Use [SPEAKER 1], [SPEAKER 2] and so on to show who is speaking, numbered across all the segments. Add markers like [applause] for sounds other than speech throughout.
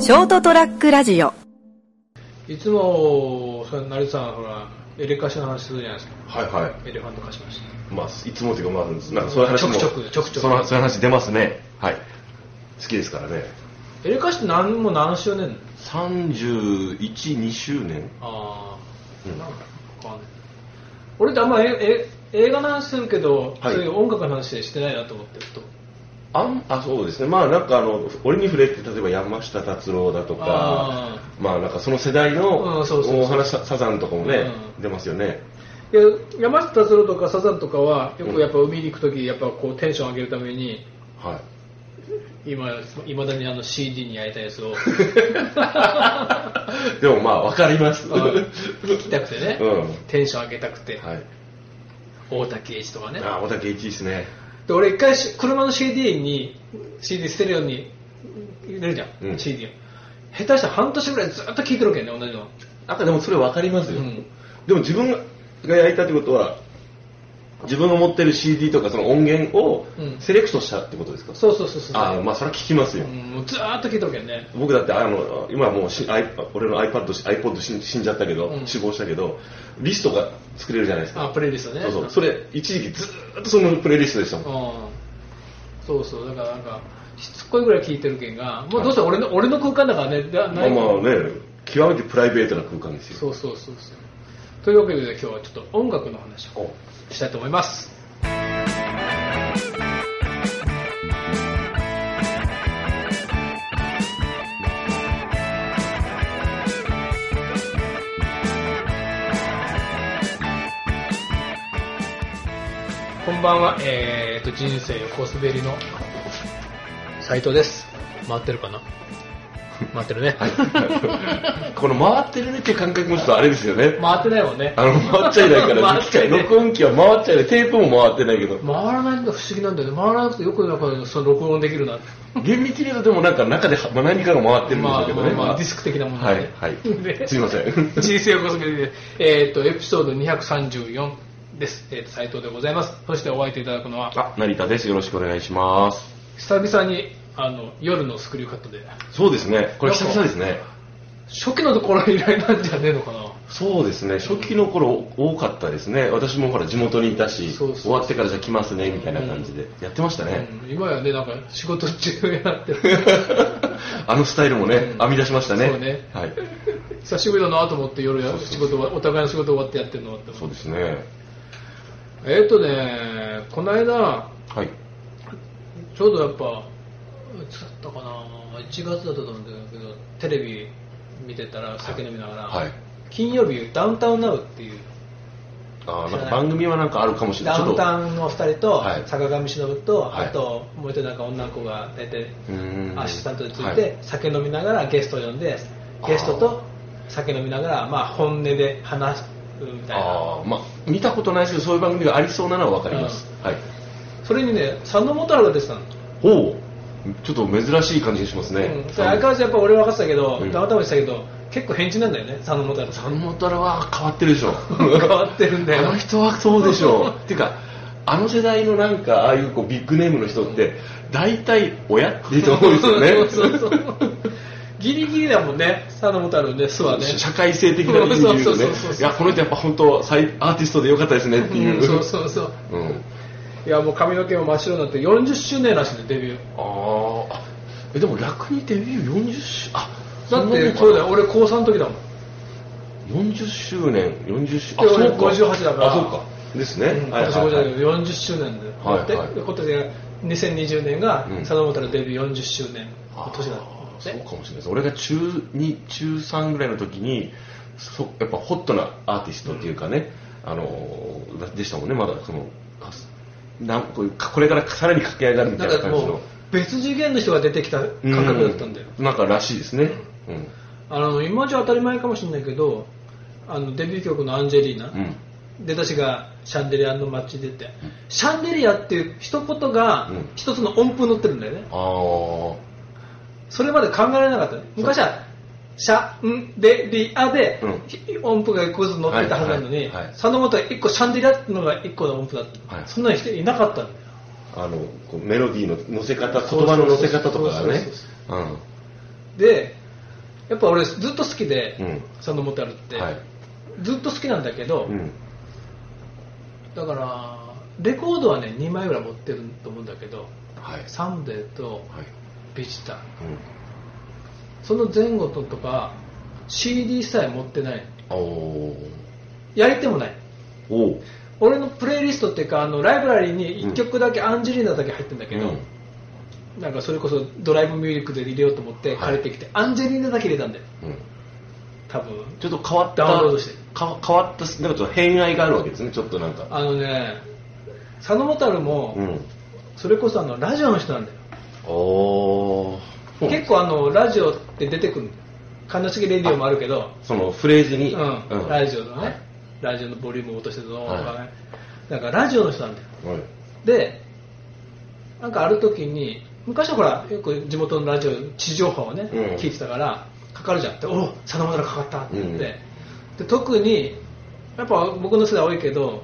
[SPEAKER 1] ショートトラックラジオ
[SPEAKER 2] いつも、それ成さん、ほら、エレカシの話するじゃないですか。
[SPEAKER 3] はいはい。
[SPEAKER 2] エレファント化しまし
[SPEAKER 3] まあ、いつもというか、まあ、なんかそういう話も。
[SPEAKER 2] ちょくちょくちょくちょく
[SPEAKER 3] そのそういう話出ますね。はい。好きですからね。
[SPEAKER 2] た。エレカシって何も何周年
[SPEAKER 3] 31、2周年。
[SPEAKER 2] ああ、
[SPEAKER 3] うん
[SPEAKER 2] なんかわかんない。俺ってあんまええ映画の話するけど、
[SPEAKER 3] はい
[SPEAKER 2] そういう音楽の話してないなと思ってると。
[SPEAKER 3] あんあ、そうですね。まあ、なんかあの、俺に触れて、例えば山下達郎だと
[SPEAKER 2] あ
[SPEAKER 3] か、まあ、なんかその世代の、
[SPEAKER 2] うんそうそうそう
[SPEAKER 3] お話、サザンとかもね、
[SPEAKER 2] うん
[SPEAKER 3] 出ますよね。
[SPEAKER 2] いや山下達郎とかサザンとかは、よくやっぱ海に行くとき、やっぱこうテンション上げるために、
[SPEAKER 3] はい。
[SPEAKER 2] 今、いまだにあの CD に焼いたやつ
[SPEAKER 3] [laughs]
[SPEAKER 2] を [laughs]
[SPEAKER 3] でもまあ、わかります。
[SPEAKER 2] う
[SPEAKER 3] [laughs]
[SPEAKER 2] ん聞きたくてね、
[SPEAKER 3] うん
[SPEAKER 2] テンション上げたくて、
[SPEAKER 3] はい。
[SPEAKER 2] 大竹栄一とかね。
[SPEAKER 3] あ、小竹一ですね。
[SPEAKER 2] で俺一回し車の CD に CD ステレオに入れるじゃん、
[SPEAKER 3] うん
[SPEAKER 2] CD を下手したら半年ぐらいずっと聴いてるわけやね同じの
[SPEAKER 3] なんかでもそれわかりますよ。
[SPEAKER 2] うん
[SPEAKER 3] でも自分が焼いたってことは、自分が持ってる CD とかその音源を
[SPEAKER 2] うん
[SPEAKER 3] セレクトしたってことですか、
[SPEAKER 2] そうそうそうそう
[SPEAKER 3] ああ、まあそれは聞きます
[SPEAKER 2] う
[SPEAKER 3] よ。
[SPEAKER 2] ん、もうずーっと聴いてるわけやね
[SPEAKER 3] 僕だってあの今もうし i 俺の iPad し iPod 死ん死んじゃったけど、
[SPEAKER 2] うん
[SPEAKER 3] 死亡したけどリストが作れるじゃないですか
[SPEAKER 2] あプレイリストね
[SPEAKER 3] そうそうそれ一時期ずーっとそのプレイリストでしたもん
[SPEAKER 2] うんそうそうだからなんかしつこいぐらい聴いてるけんがもうどうせ俺の俺の空間だからねだ
[SPEAKER 3] まあ
[SPEAKER 2] ない
[SPEAKER 3] まあね極めてプライベートな空間ですよ
[SPEAKER 2] そうそうそうそうというわけで今日はちょっと音楽の話を
[SPEAKER 3] お
[SPEAKER 2] したいと思いますこんばんは、えー、と人生横滑りの斉藤です回ってるかな回ってるね、
[SPEAKER 3] この回ってるねっていう感覚もちょっとあれですよね
[SPEAKER 2] 回ってないもんね
[SPEAKER 3] あの回っちゃいないから
[SPEAKER 2] [laughs] 回っ
[SPEAKER 3] 機
[SPEAKER 2] ちゃい
[SPEAKER 3] 械
[SPEAKER 2] ない
[SPEAKER 3] 録音機は回っちゃいないテープも回ってないけど
[SPEAKER 2] 回らないのが不思議なんだよね回らなくてよくなんかその録音できるなって
[SPEAKER 3] 厳密に言うとでもなんか中で、まあ、何かが回ってるんでしょうけどね、
[SPEAKER 2] まあまあまあディスク的なもの
[SPEAKER 3] は
[SPEAKER 2] だ
[SPEAKER 3] い
[SPEAKER 2] ね
[SPEAKER 3] [laughs] は
[SPEAKER 2] で
[SPEAKER 3] いすいません [laughs]
[SPEAKER 2] 人生をこそめで、えーっとエピソード234です、えーっと斉藤でございますそしてお会いいただくのは
[SPEAKER 3] あ成田ですよろしくお願いします
[SPEAKER 2] 久々にあの夜のスクリューカットで
[SPEAKER 3] そうですねこれ久々ですね
[SPEAKER 2] 初期のところ以来なんじゃねえのかな
[SPEAKER 3] そうですね初期の頃多かったですね私もほら地元にいたし
[SPEAKER 2] そうそう
[SPEAKER 3] 終わってからじゃあ来ますねみたいな感じでやってましたね、
[SPEAKER 2] うん今やねなんか仕事中やって
[SPEAKER 3] [laughs]
[SPEAKER 2] る
[SPEAKER 3] あのスタイルも
[SPEAKER 2] う
[SPEAKER 3] ね、
[SPEAKER 2] ん
[SPEAKER 3] 編み出しましたね
[SPEAKER 2] そうね
[SPEAKER 3] はい、
[SPEAKER 2] 久しぶりだなと思って夜や
[SPEAKER 3] そうそう
[SPEAKER 2] 仕
[SPEAKER 3] そう
[SPEAKER 2] 事はお互いの仕事終わってやってるのって
[SPEAKER 3] そうですね
[SPEAKER 2] えーっとねこの間
[SPEAKER 3] はい
[SPEAKER 2] ちょうどやっぱ、いつだったかな、1月だったと思うんだけど、テレビ見てたら、酒飲みながら、
[SPEAKER 3] はい
[SPEAKER 2] 金曜日、ダウンタウンナウっていう、
[SPEAKER 3] あー
[SPEAKER 2] 知らな
[SPEAKER 3] なんか
[SPEAKER 2] い
[SPEAKER 3] 番組はなんかあるかもしれない
[SPEAKER 2] ダウン
[SPEAKER 3] ちょっ
[SPEAKER 2] タウンの2人と
[SPEAKER 3] はい、
[SPEAKER 2] 坂上忍と、
[SPEAKER 3] はい
[SPEAKER 2] あと、もう一人なんか女の子が大体、
[SPEAKER 3] とうーん
[SPEAKER 2] アシスタントにつ
[SPEAKER 3] はいい
[SPEAKER 2] て、酒飲みながらゲストを呼んで、ゲストと酒飲みながら、まあ、本音で話すみたいな。
[SPEAKER 3] ああまあ見たことないですけどそういう番組がありそうなのは分かります、はい
[SPEAKER 2] それにね、佐野元春が出てたの。
[SPEAKER 3] おおちょっと珍しい感じがしますね、
[SPEAKER 2] うん、それ相変わらずやっぱ俺は分かってたけど、
[SPEAKER 3] うん
[SPEAKER 2] ダウンタウンしてたけど、結構変人なんだよね、佐野元春
[SPEAKER 3] サンモトラは変わってるでしょ
[SPEAKER 2] 変わってるんだよ
[SPEAKER 3] あの人はそうでしょうっていうかあの世代のなんかああいうこうビッグネームの人って大体親って言うと思うんですよね
[SPEAKER 2] そうそうそうギリギリだもんね、佐野元春ね、巣はね。
[SPEAKER 3] 社会性的な意味で言うとね
[SPEAKER 2] そうそうそうそう
[SPEAKER 3] いやこの人やっぱ本当最アーティストでよかったですねっていう,、
[SPEAKER 2] うんそうそうそう。
[SPEAKER 3] うん
[SPEAKER 2] いや、もう髪の毛も真っ白になって40周年らしいね、デビュー。
[SPEAKER 3] あーあえでも楽にデビュー40周あ
[SPEAKER 2] だっ
[SPEAKER 3] んなもん
[SPEAKER 2] て、
[SPEAKER 3] かな
[SPEAKER 2] そうだよ、俺高3の時だもん。
[SPEAKER 3] 40周年40周
[SPEAKER 2] で俺58だから
[SPEAKER 3] あそうかですね、
[SPEAKER 2] 今年50年40周年で。
[SPEAKER 3] はいはい
[SPEAKER 2] で今年が2020年が
[SPEAKER 3] うん
[SPEAKER 2] 佐野元春デビュー40周年の
[SPEAKER 3] あー
[SPEAKER 2] 年だっ
[SPEAKER 3] そ
[SPEAKER 2] た
[SPEAKER 3] う
[SPEAKER 2] ね。
[SPEAKER 3] かもしれないです俺が中2中3ぐらいの時にそやっぱホットなアーティストっていうかね、あのーでしたもんねまだそのあなんこういうかこれからさらに駆け上がるみた
[SPEAKER 2] ない
[SPEAKER 3] なん
[SPEAKER 2] か
[SPEAKER 3] 感じ
[SPEAKER 2] も
[SPEAKER 3] の
[SPEAKER 2] う、別次元の人が出てきた感覚だったんだよ。
[SPEAKER 3] うなんからしいですねうん、
[SPEAKER 2] あの、今じゃ当たり前かもしれないけど、あのデビュー曲のアンジェリーナ。
[SPEAKER 3] うん
[SPEAKER 2] 出だしがシャンデリアの街出て、シャンデリアっていう一言が
[SPEAKER 3] うん
[SPEAKER 2] 一つの音符に乗ってるんだよね、
[SPEAKER 3] ああ
[SPEAKER 2] それまで考えられなかったね昔はシャンデリアで
[SPEAKER 3] うん
[SPEAKER 2] 音符が一個ずつ乗ってたはずなのに、
[SPEAKER 3] はいはいはい
[SPEAKER 2] 佐野元は一個シャンデリアっていうのが一個の音符だった、
[SPEAKER 3] はい
[SPEAKER 2] そんな人いなかったんだよ
[SPEAKER 3] あのこうメロディーの乗せ方言葉の乗せ方とかがね
[SPEAKER 2] そうそうそう
[SPEAKER 3] うん
[SPEAKER 2] でやっぱ俺ずっと好きで、
[SPEAKER 3] うん
[SPEAKER 2] サンドモタルって、
[SPEAKER 3] はい
[SPEAKER 2] ずっと好きなんだけど、
[SPEAKER 3] うん
[SPEAKER 2] だからレコードはね2枚ぐらい持ってると思うんだけど
[SPEAKER 3] はい
[SPEAKER 2] サンデーと
[SPEAKER 3] はい
[SPEAKER 2] ビジター
[SPEAKER 3] うん
[SPEAKER 2] その前後ととか CD さえ持ってない
[SPEAKER 3] おー
[SPEAKER 2] やりてもない
[SPEAKER 3] おー
[SPEAKER 2] 俺のプレイリストっていうかあのライブラリーに1曲だけ、アンジェリーナだけ入ってるんだけど、なんかそれこそドライブミュージックで入れようと思って
[SPEAKER 3] はい
[SPEAKER 2] 借りてきて、アンジェリーナだけ入れたんだよ
[SPEAKER 3] うんうん
[SPEAKER 2] 多分
[SPEAKER 3] ちょっと変わった
[SPEAKER 2] ダウンロードして
[SPEAKER 3] か変わったなんかちょっと偏愛があるわけですねちょっとなんか
[SPEAKER 2] あのね佐野元春も
[SPEAKER 3] うん
[SPEAKER 2] それこそあのラジオの人なんだよ、
[SPEAKER 3] おーうん
[SPEAKER 2] 結構あのラジオって出てくるんだよ金重レディオもあるけど
[SPEAKER 3] そのフレーズに、
[SPEAKER 2] うん
[SPEAKER 3] うん
[SPEAKER 2] ラジオのね、
[SPEAKER 3] はい
[SPEAKER 2] ラジオのボリュームを落としてどうとかね、
[SPEAKER 3] は
[SPEAKER 2] なんかラジオの人なんだよ
[SPEAKER 3] はい
[SPEAKER 2] でなんかある時に昔はほらよく地元のラジオ地上波をね、
[SPEAKER 3] うん
[SPEAKER 2] 聞いてたからかかるじゃんっておおさだまだらかかったって言って、
[SPEAKER 3] うん
[SPEAKER 2] で特にやっぱ僕の世代多いけど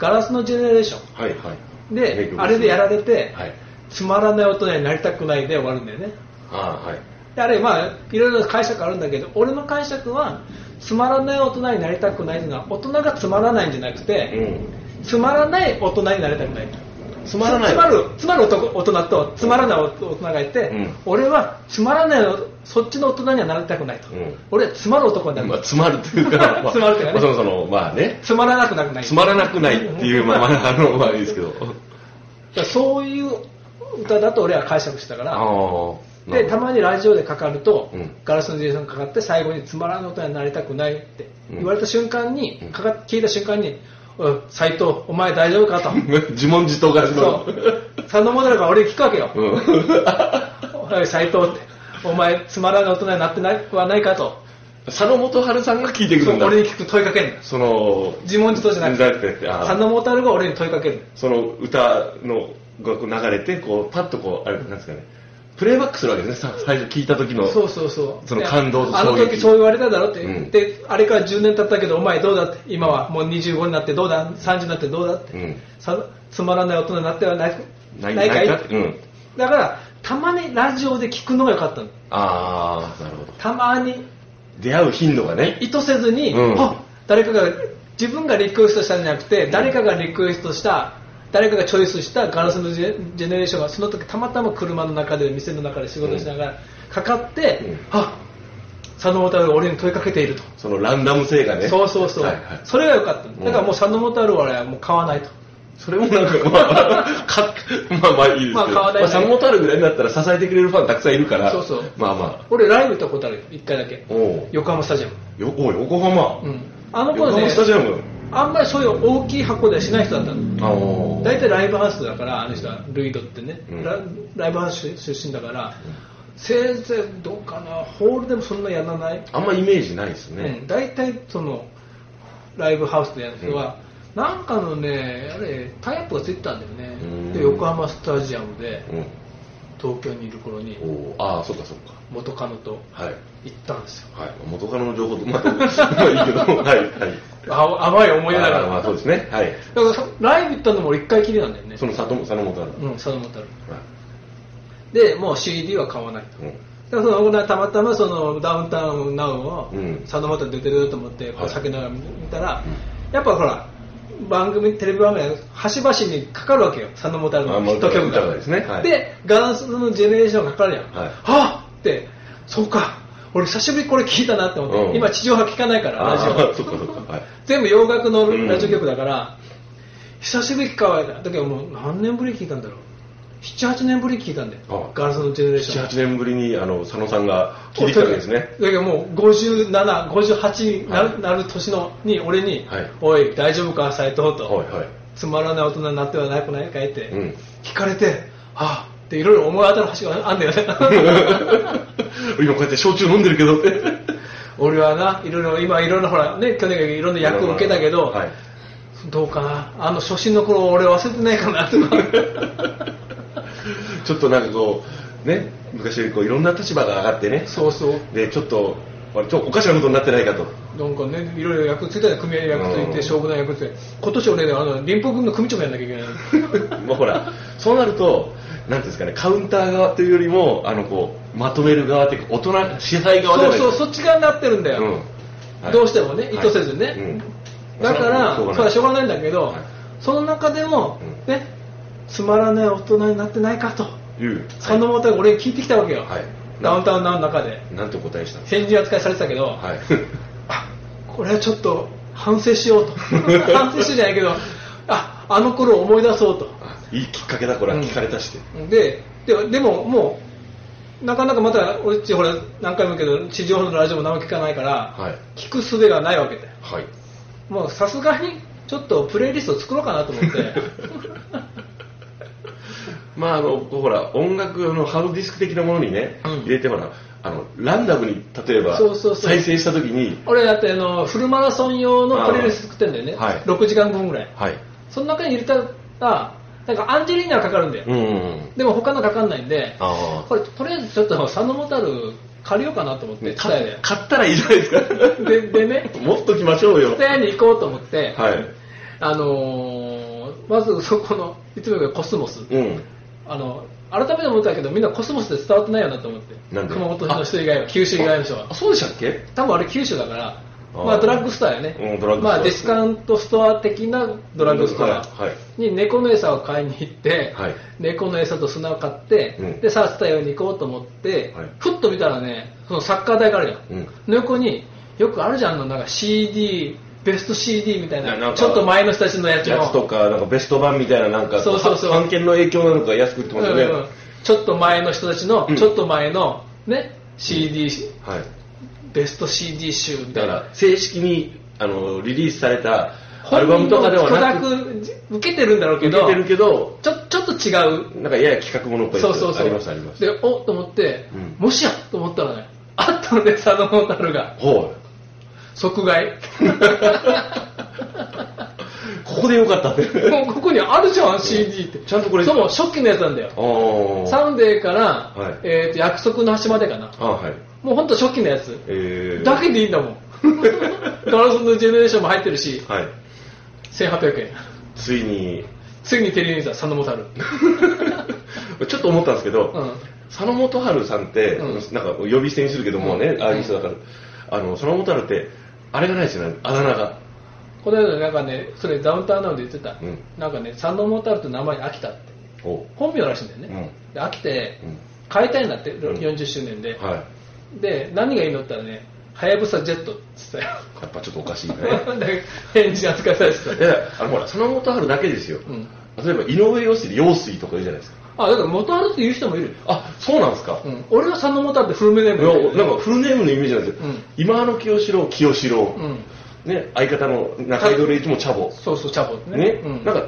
[SPEAKER 2] ガラスのジェネレーショ
[SPEAKER 3] はいはい
[SPEAKER 2] ン
[SPEAKER 3] 名曲
[SPEAKER 2] です
[SPEAKER 3] ね
[SPEAKER 2] あれでやられて、
[SPEAKER 3] はい
[SPEAKER 2] つまらない大人になりたくないで終わるんだよね
[SPEAKER 3] あーはい
[SPEAKER 2] であれまあいろいろ解釈あるんだけど俺の解釈はつまらない大人になりたくないっていうのは大人がつまらないんじゃなくて、
[SPEAKER 3] う
[SPEAKER 2] つまらない大人になりたくない
[SPEAKER 3] つまらない
[SPEAKER 2] つまるつまる男大人とつまらない大人がいて、
[SPEAKER 3] うん
[SPEAKER 2] 俺はつまらないそっちの大人にはなりたくないと、
[SPEAKER 3] うん
[SPEAKER 2] 俺はつまる男になる、
[SPEAKER 3] ん、まあ、詰まるという
[SPEAKER 2] [laughs]
[SPEAKER 3] か、まあ
[SPEAKER 2] 詰まるというかね
[SPEAKER 3] まあそもそも、まあね、
[SPEAKER 2] つまらなくなくない
[SPEAKER 3] つまらなくないっていう、まあ、まあ、あの、まあいいです
[SPEAKER 2] [laughs]
[SPEAKER 3] けど。
[SPEAKER 2] だからそういう歌だと俺は解釈したか
[SPEAKER 3] あ
[SPEAKER 2] ら
[SPEAKER 3] あ。
[SPEAKER 2] でたまにラジオでかかると、
[SPEAKER 3] うん
[SPEAKER 2] ガラスのジェイソンかかって最後につまらない大人になりたくないって言われた瞬間に、
[SPEAKER 3] うん
[SPEAKER 2] かか聞いた瞬間に斎藤お前大丈夫か
[SPEAKER 3] [laughs]
[SPEAKER 2] と
[SPEAKER 3] [laughs] 自問自答が始ま
[SPEAKER 2] そ
[SPEAKER 3] る。
[SPEAKER 2] う佐野モデルが俺に聞くわけよ、
[SPEAKER 3] うん。
[SPEAKER 2] おい斎藤ってお前つまらない大人になってないくはないかと
[SPEAKER 3] 佐野元春さんが聞いてく
[SPEAKER 2] そ
[SPEAKER 3] る
[SPEAKER 2] うん
[SPEAKER 3] だ。
[SPEAKER 2] 俺に聞く問いかけるの
[SPEAKER 3] その、
[SPEAKER 2] 自問自答じゃなく
[SPEAKER 3] じゃ
[SPEAKER 2] て
[SPEAKER 3] なくて、あ
[SPEAKER 2] 佐
[SPEAKER 3] ー
[SPEAKER 2] 野元春が俺に問いかける
[SPEAKER 3] その歌の、がこう流れて、こう、パッとこう、あれ、なんですかね、プレイバックするわけですね、さ最初聞いた時の。
[SPEAKER 2] のそうそうそう
[SPEAKER 3] その感動と
[SPEAKER 2] であの
[SPEAKER 3] 衝撃
[SPEAKER 2] 時そう言われただろって、
[SPEAKER 3] うん
[SPEAKER 2] であれから10年経ったけどお前どうだって今はもう25になってどうだ30になってどうだって、
[SPEAKER 3] うん。
[SPEAKER 2] さつまらない大人になってはない
[SPEAKER 3] ない
[SPEAKER 2] ないかい
[SPEAKER 3] ないかうん。
[SPEAKER 2] だからたまにラジオで聞くのが良かったの
[SPEAKER 3] ああ、なるほど。
[SPEAKER 2] たまに
[SPEAKER 3] 出会う頻度がね。
[SPEAKER 2] 意図せずに、
[SPEAKER 3] うん
[SPEAKER 2] あ誰かが自分がリクエストしたんじゃなくて誰かがリクエストした誰かがチョイスしたガラスのジェジェネレーションがその時たまたま車の中で店の中で仕事しながらかかって、
[SPEAKER 3] うん
[SPEAKER 2] あ佐野元春が俺に問いかけていると、
[SPEAKER 3] そのランダム性がね。
[SPEAKER 2] そうそうそう、
[SPEAKER 3] はいはい
[SPEAKER 2] それが良かったの
[SPEAKER 3] うん
[SPEAKER 2] だからもう佐野元春はもう買わないと
[SPEAKER 3] それもな
[SPEAKER 2] [laughs]
[SPEAKER 3] んか、まあ、かまあまあいいですけど、
[SPEAKER 2] まあ買わない
[SPEAKER 3] まあ、サモタルぐらいになったら支えてくれるファンたくさんいるから、
[SPEAKER 2] そうそう
[SPEAKER 3] まあま
[SPEAKER 2] 俺ライブ行ったことあるよ1回だけ
[SPEAKER 3] あ、おう
[SPEAKER 2] 横浜スタジアム、
[SPEAKER 3] よおう横浜、
[SPEAKER 2] うん、あの
[SPEAKER 3] 横
[SPEAKER 2] 頃ね
[SPEAKER 3] 浜スタジアム、
[SPEAKER 2] あんまりそういう大きい箱ではしない人だったの
[SPEAKER 3] あおう
[SPEAKER 2] 大体ライブハウスだからあの人はルイドってね、
[SPEAKER 3] うん
[SPEAKER 2] ラライブハウス出身だから、せいぜいどうかなホールでもそんなやらない、
[SPEAKER 3] あんまイメージないですね
[SPEAKER 2] うん、。大体そのライブハウスでやる人は、なんかのねあれタイアップがついてたんだよね、
[SPEAKER 3] うん
[SPEAKER 2] で横浜スタジアムで
[SPEAKER 3] うん、
[SPEAKER 2] 東京にいる頃に
[SPEAKER 3] おうああ、そっかそっか、
[SPEAKER 2] 元カノと
[SPEAKER 3] はい、
[SPEAKER 2] 行ったんですよ
[SPEAKER 3] はい、元カノの情報と、まあ、まあいいけ
[SPEAKER 2] [laughs]
[SPEAKER 3] ど、はい、はい。
[SPEAKER 2] あ淡い思い出だから
[SPEAKER 3] あーまあそうですね、はい。
[SPEAKER 2] だからそライブ行ったのも俺1回きりなんだよね
[SPEAKER 3] その佐野佐野元春、
[SPEAKER 2] うん佐野元春
[SPEAKER 3] は
[SPEAKER 2] でもう CD は買わないと
[SPEAKER 3] い、うん
[SPEAKER 2] だからその僕らたまたまそのダウンタウンナウを
[SPEAKER 3] うん
[SPEAKER 2] 佐野元出てると思ってこ
[SPEAKER 3] は
[SPEAKER 2] う
[SPEAKER 3] い
[SPEAKER 2] 酒飲みながら見たら、やっぱほら番組テレビ番組が端々にかかるわけよ佐野元
[SPEAKER 3] あ
[SPEAKER 2] の
[SPEAKER 3] まあ
[SPEAKER 2] ヒット曲
[SPEAKER 3] 歌
[SPEAKER 2] が、
[SPEAKER 3] がですねはい
[SPEAKER 2] でガラスのジェネレーションがかかるやん、
[SPEAKER 3] はい
[SPEAKER 2] あっってそうか俺久しぶりにこれ聞いたなって思って、
[SPEAKER 3] うん
[SPEAKER 2] 今地上波聞かないからラジ
[SPEAKER 3] あ [laughs] あ、そ
[SPEAKER 2] オ
[SPEAKER 3] っかそっか、はい。
[SPEAKER 2] 全部洋楽のラジオ局だから、久しぶりに聞かないだけどもう何年ぶりに聞いたんだろう78年ぶりに聞いたんだよ
[SPEAKER 3] あ
[SPEAKER 2] ガラスのジェネレーション
[SPEAKER 3] 7、8年ぶりにあの佐野さんが聞いてきたわけですね。
[SPEAKER 2] だけどもう57、58になる,、
[SPEAKER 3] はい
[SPEAKER 2] なる年のに俺に、
[SPEAKER 3] はい
[SPEAKER 2] おい、大丈夫か、斎藤と、
[SPEAKER 3] はい、はい。
[SPEAKER 2] つまらない大人になってはなくないかいって、
[SPEAKER 3] うん
[SPEAKER 2] 聞かれて、はあっていろいろ思い当たる橋があんだ
[SPEAKER 3] [laughs]
[SPEAKER 2] よね。
[SPEAKER 3] 今こうやって焼酎飲んでる
[SPEAKER 2] [laughs]
[SPEAKER 3] けどって。
[SPEAKER 2] 俺はな、いろいろ、今いろんなほら、ね、去年からいろんな役を受けたけど、
[SPEAKER 3] [laughs] はい。
[SPEAKER 2] どうかな、あの初心の頃俺忘れてないかなとか。
[SPEAKER 3] [laughs] ちょっとなんかこう、ね、昔よりこういろんな立場が上がってね、
[SPEAKER 2] そうそう。
[SPEAKER 3] で、ちょっと、あれちょっとおかしなことになってないかと。
[SPEAKER 2] なんかね、いろいろ役ついたじゃん組合役つい
[SPEAKER 3] うん [laughs]
[SPEAKER 2] て、勝負団役ついて、今年俺ね、あの、林北軍の組長もやんなきゃいけない。
[SPEAKER 3] まあほら、そうなるとなんていうんですかねカウンター側というよりもあのこうまとめる側というか大人支配側じ
[SPEAKER 2] そ
[SPEAKER 3] ゃ
[SPEAKER 2] う
[SPEAKER 3] ない
[SPEAKER 2] そう
[SPEAKER 3] です
[SPEAKER 2] そっち側になってるんだよ、
[SPEAKER 3] うんはい
[SPEAKER 2] どうしてもね意図せずね、
[SPEAKER 3] はいうん
[SPEAKER 2] だから
[SPEAKER 3] そ
[SPEAKER 2] そ
[SPEAKER 3] れ
[SPEAKER 2] れ
[SPEAKER 3] は
[SPEAKER 2] は
[SPEAKER 3] し
[SPEAKER 2] しょ
[SPEAKER 3] ょう
[SPEAKER 2] う
[SPEAKER 3] が
[SPEAKER 2] が
[SPEAKER 3] な
[SPEAKER 2] ないいんだけど、
[SPEAKER 3] はい
[SPEAKER 2] その中でも、
[SPEAKER 3] う
[SPEAKER 2] ねつまらない大人になってないかと、
[SPEAKER 3] いう
[SPEAKER 2] そのもと俺聞いてきたわけよ、
[SPEAKER 3] はい
[SPEAKER 2] ダウンタウンの中で
[SPEAKER 3] なんてお答えしたんです
[SPEAKER 2] 先人扱いされてたけど、
[SPEAKER 3] かはい [laughs]
[SPEAKER 2] あこれはちょっと反省しようと反省しようじゃないけどああの頃を思い出そうと
[SPEAKER 3] あいいきっかけだこれは
[SPEAKER 2] うん
[SPEAKER 3] 聞かれたして
[SPEAKER 2] でででももうなかなかまた俺っちほら何回も言うけど地上波のラジオも何も聞かないから、
[SPEAKER 3] はい
[SPEAKER 2] 聞く術がないわけで
[SPEAKER 3] はい
[SPEAKER 2] もうさすがにちょっとプレイリスト作ろうかなと思って [laughs]
[SPEAKER 3] まああのほら音楽のハードディスク的なものにね、
[SPEAKER 2] うん
[SPEAKER 3] 入れてほらあのランダムに例えば
[SPEAKER 2] そうそうそう
[SPEAKER 3] 再生した時に
[SPEAKER 2] 俺だってあのフルマラソン用のプレイリスト作ってんだよね、
[SPEAKER 3] はい
[SPEAKER 2] 6時間分ぐらい
[SPEAKER 3] はい
[SPEAKER 2] その中に入れたらなんかアンジェリーナはかかるんだよ、
[SPEAKER 3] うんうんうん
[SPEAKER 2] でも他のかかんないんで
[SPEAKER 3] あ
[SPEAKER 2] これとりあえずちょっと佐野元春借りようかなと思っ
[SPEAKER 3] あ、
[SPEAKER 2] て
[SPEAKER 3] ね、
[SPEAKER 2] 蔦
[SPEAKER 3] か
[SPEAKER 2] 屋で
[SPEAKER 3] 買ったらいいじゃない
[SPEAKER 2] [laughs]
[SPEAKER 3] ですか
[SPEAKER 2] ででね
[SPEAKER 3] 持っときましょうよ
[SPEAKER 2] 蔦屋に行こうと思って、
[SPEAKER 3] はい
[SPEAKER 2] あのーまずそこのいつもよりコスモス、
[SPEAKER 3] うん
[SPEAKER 2] あの改めて思ったけどみんなコスモスって伝わってないよなと思って
[SPEAKER 3] なんで
[SPEAKER 2] 熊本の人以外は九州以外の人は
[SPEAKER 3] あそうでしたっけ
[SPEAKER 2] 多分あれ九州だから
[SPEAKER 3] あー
[SPEAKER 2] まあ、ドラッグストアやね、
[SPEAKER 3] うんドラッグストア
[SPEAKER 2] まあ、ディスカウントストア的なドラッグストア
[SPEAKER 3] はいはい
[SPEAKER 2] に猫の餌を買いに行って、
[SPEAKER 3] はい
[SPEAKER 2] 猫の餌と砂を買って、
[SPEAKER 3] うん
[SPEAKER 2] でさあスタイに行こうと思って、
[SPEAKER 3] はい
[SPEAKER 2] ふっと見たらねそのサッカー台があるじゃん、
[SPEAKER 3] うん
[SPEAKER 2] の横によくあるじゃんあのなんか CD ベスト CD みたい
[SPEAKER 3] な
[SPEAKER 2] な
[SPEAKER 3] なんか
[SPEAKER 2] ちょっと前の人たちのやつの
[SPEAKER 3] やつとかなんかベスト版みたいななんか
[SPEAKER 2] そうそうそう
[SPEAKER 3] 版権の影響なのか安く売ってますよね、
[SPEAKER 2] うんうんちょっと前の人たちの、
[SPEAKER 3] うん
[SPEAKER 2] ちょっと前のね CD、
[SPEAKER 3] はい
[SPEAKER 2] ベスト CD 集みた
[SPEAKER 3] だか
[SPEAKER 2] いな
[SPEAKER 3] ら正式にあのリリースされたアルバムとかではなく
[SPEAKER 2] 本人の許諾受けてるんだろうけ
[SPEAKER 3] 受け
[SPEAKER 2] ど
[SPEAKER 3] てるけど
[SPEAKER 2] ちょちょっと違う
[SPEAKER 3] なんかやや企画ものっぽいやつ
[SPEAKER 2] そうそうそう
[SPEAKER 3] ありましたありました
[SPEAKER 2] でおっと思って、
[SPEAKER 3] うん
[SPEAKER 2] もしやと思ったらねあったのね佐野元春が
[SPEAKER 3] ほう
[SPEAKER 2] 即
[SPEAKER 3] [laughs]
[SPEAKER 2] 買い
[SPEAKER 3] ここでよかったって
[SPEAKER 2] [laughs] もうここにあるじゃん CD って
[SPEAKER 3] ちゃんとこれ
[SPEAKER 2] そう初期のやつなんだよ
[SPEAKER 3] あー
[SPEAKER 2] サンデーから、
[SPEAKER 3] はい
[SPEAKER 2] えー、と約束の端までかな
[SPEAKER 3] あはい
[SPEAKER 2] もう本当初期のやつ
[SPEAKER 3] えー、
[SPEAKER 2] だけでいいんだ
[SPEAKER 3] [laughs]
[SPEAKER 2] もんガラスのジェネレーションも入ってるし
[SPEAKER 3] はい
[SPEAKER 2] 1800円
[SPEAKER 3] ついに
[SPEAKER 2] ついにテレビニュースは佐野元春
[SPEAKER 3] ちょっと思ったんですけ [laughs] ど、
[SPEAKER 2] うん
[SPEAKER 3] 佐野元春さんって、
[SPEAKER 2] うん
[SPEAKER 3] なんか呼び捨てにするけどもうね、
[SPEAKER 2] うん
[SPEAKER 3] ああいう人だからあの佐野元春ってあれがないですよねあだ名が
[SPEAKER 2] この間なんかねそれダウンタウンなので言ってた、
[SPEAKER 3] うん
[SPEAKER 2] なんかね佐野元春って名前に飽きたって
[SPEAKER 3] おう
[SPEAKER 2] 本名らしいんだよね、で飽きて
[SPEAKER 3] うん
[SPEAKER 2] 変えたいんだって、
[SPEAKER 3] うん
[SPEAKER 2] 40周年で、
[SPEAKER 3] はい
[SPEAKER 2] で何がいいのって言ったらねはやぶさジェットって言って
[SPEAKER 3] やっぱちょっとおかしいね [laughs]
[SPEAKER 2] たよ [laughs] なんか返事扱いされて
[SPEAKER 3] い
[SPEAKER 2] た、
[SPEAKER 3] やあのほら佐野元春だけですよ、
[SPEAKER 2] うん、
[SPEAKER 3] 例えば井上陽水陽水とか言うじゃないですか
[SPEAKER 2] あだから元春って言う人もいるよ、
[SPEAKER 3] あそうなんですか、
[SPEAKER 2] うん、俺は佐野元春ってフルメネーム
[SPEAKER 3] いや
[SPEAKER 2] だよね
[SPEAKER 3] なんかフルネームのイメージなんですよ、
[SPEAKER 2] うん
[SPEAKER 3] 今の清志郎清志郎、
[SPEAKER 2] うん、
[SPEAKER 3] ね、相方の中井戸礼一もチャボ、
[SPEAKER 2] そうそうチャボってね
[SPEAKER 3] ね
[SPEAKER 2] うん、
[SPEAKER 3] なんか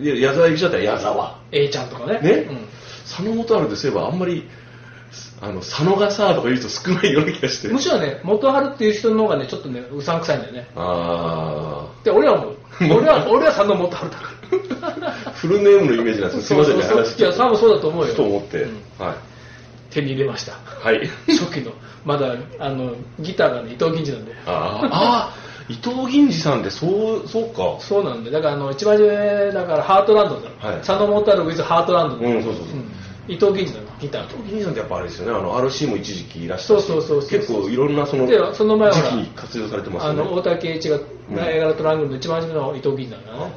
[SPEAKER 3] いや矢沢由紀だったら矢沢
[SPEAKER 2] A ちゃんとかね
[SPEAKER 3] ね、
[SPEAKER 2] うん
[SPEAKER 3] 佐野元春とすればあんまりあの佐野がさとか言う人少ないような気がして
[SPEAKER 2] むしろね元春っていう人の方がねちょっとねうさんくさいんだよね
[SPEAKER 3] あ
[SPEAKER 2] で俺はも
[SPEAKER 3] [laughs]
[SPEAKER 2] う俺は俺は佐野元春だから
[SPEAKER 3] あフルネームのイメージなんですよすいませんね
[SPEAKER 2] そうそうそういや多分そうだと思うよ
[SPEAKER 3] と思って、
[SPEAKER 2] うん
[SPEAKER 3] はい
[SPEAKER 2] 手に入れました [laughs]
[SPEAKER 3] はい
[SPEAKER 2] 初期のまだあのギターがね伊藤銀次なんで
[SPEAKER 3] あーあー伊藤銀次さんってそうそうか
[SPEAKER 2] そうなんでだからあの一番初めだからハートランドだろ、
[SPEAKER 3] はい
[SPEAKER 2] 佐野元春 with ハートランドだ
[SPEAKER 3] う
[SPEAKER 2] ろ、
[SPEAKER 3] んそうそうそう、
[SPEAKER 2] うん伊藤銀次だろギター
[SPEAKER 3] 伊藤銀次さんってやっぱあれですよねあの RC も一時期いらっしゃ
[SPEAKER 2] そう
[SPEAKER 3] る
[SPEAKER 2] そうそうそう
[SPEAKER 3] 結構いろんなその
[SPEAKER 2] でその前は
[SPEAKER 3] 時期に活用されてます
[SPEAKER 2] あ
[SPEAKER 3] よね
[SPEAKER 2] の大竹圭一が
[SPEAKER 3] ん
[SPEAKER 2] ナイアガラトラングルの一番初めの伊藤銀次だか
[SPEAKER 3] あ
[SPEAKER 2] ら
[SPEAKER 3] ー
[SPEAKER 2] ね、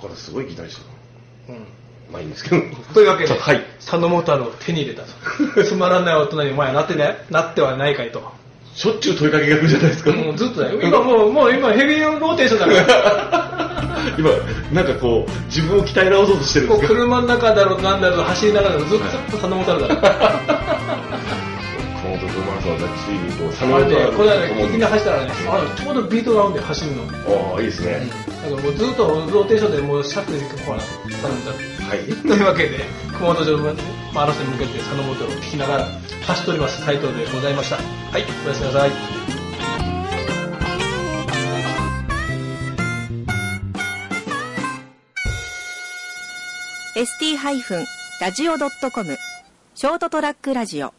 [SPEAKER 3] これすごいギタリストだ
[SPEAKER 2] うん
[SPEAKER 3] まあいいんですけど
[SPEAKER 2] というわけで、
[SPEAKER 3] はい
[SPEAKER 2] 佐野元春を手に入れた
[SPEAKER 3] [laughs]
[SPEAKER 2] とつまらない大人にお前はなって,、ね、なってはないかいと
[SPEAKER 3] しょっちゅう問いかけが来るじゃないですか
[SPEAKER 2] もうずっとだよ今もうもう今ヘビーローテーションだから
[SPEAKER 3] 今なんかこう自分を鍛え直そうとしてるん
[SPEAKER 2] こ
[SPEAKER 3] です
[SPEAKER 2] う
[SPEAKER 3] けど
[SPEAKER 2] 車の中だろうなんだろう走りながらずっとずっと佐野元春だろ
[SPEAKER 3] 熊本熊本はついにこう佐
[SPEAKER 2] うあれでこの間聞きな走ったらねあちょうどビートが合うんで走るのだ
[SPEAKER 3] ああいいですね、
[SPEAKER 2] からもうずっとローテーションでもうシャッて行くほら佐野元春
[SPEAKER 3] はい
[SPEAKER 2] というわけで熊本城のマラソンに向けて佐野元春を聞きながら走っております斉藤でございましたはいおやすみなさい
[SPEAKER 1] ー ST-radio.com ショートトラックラジオ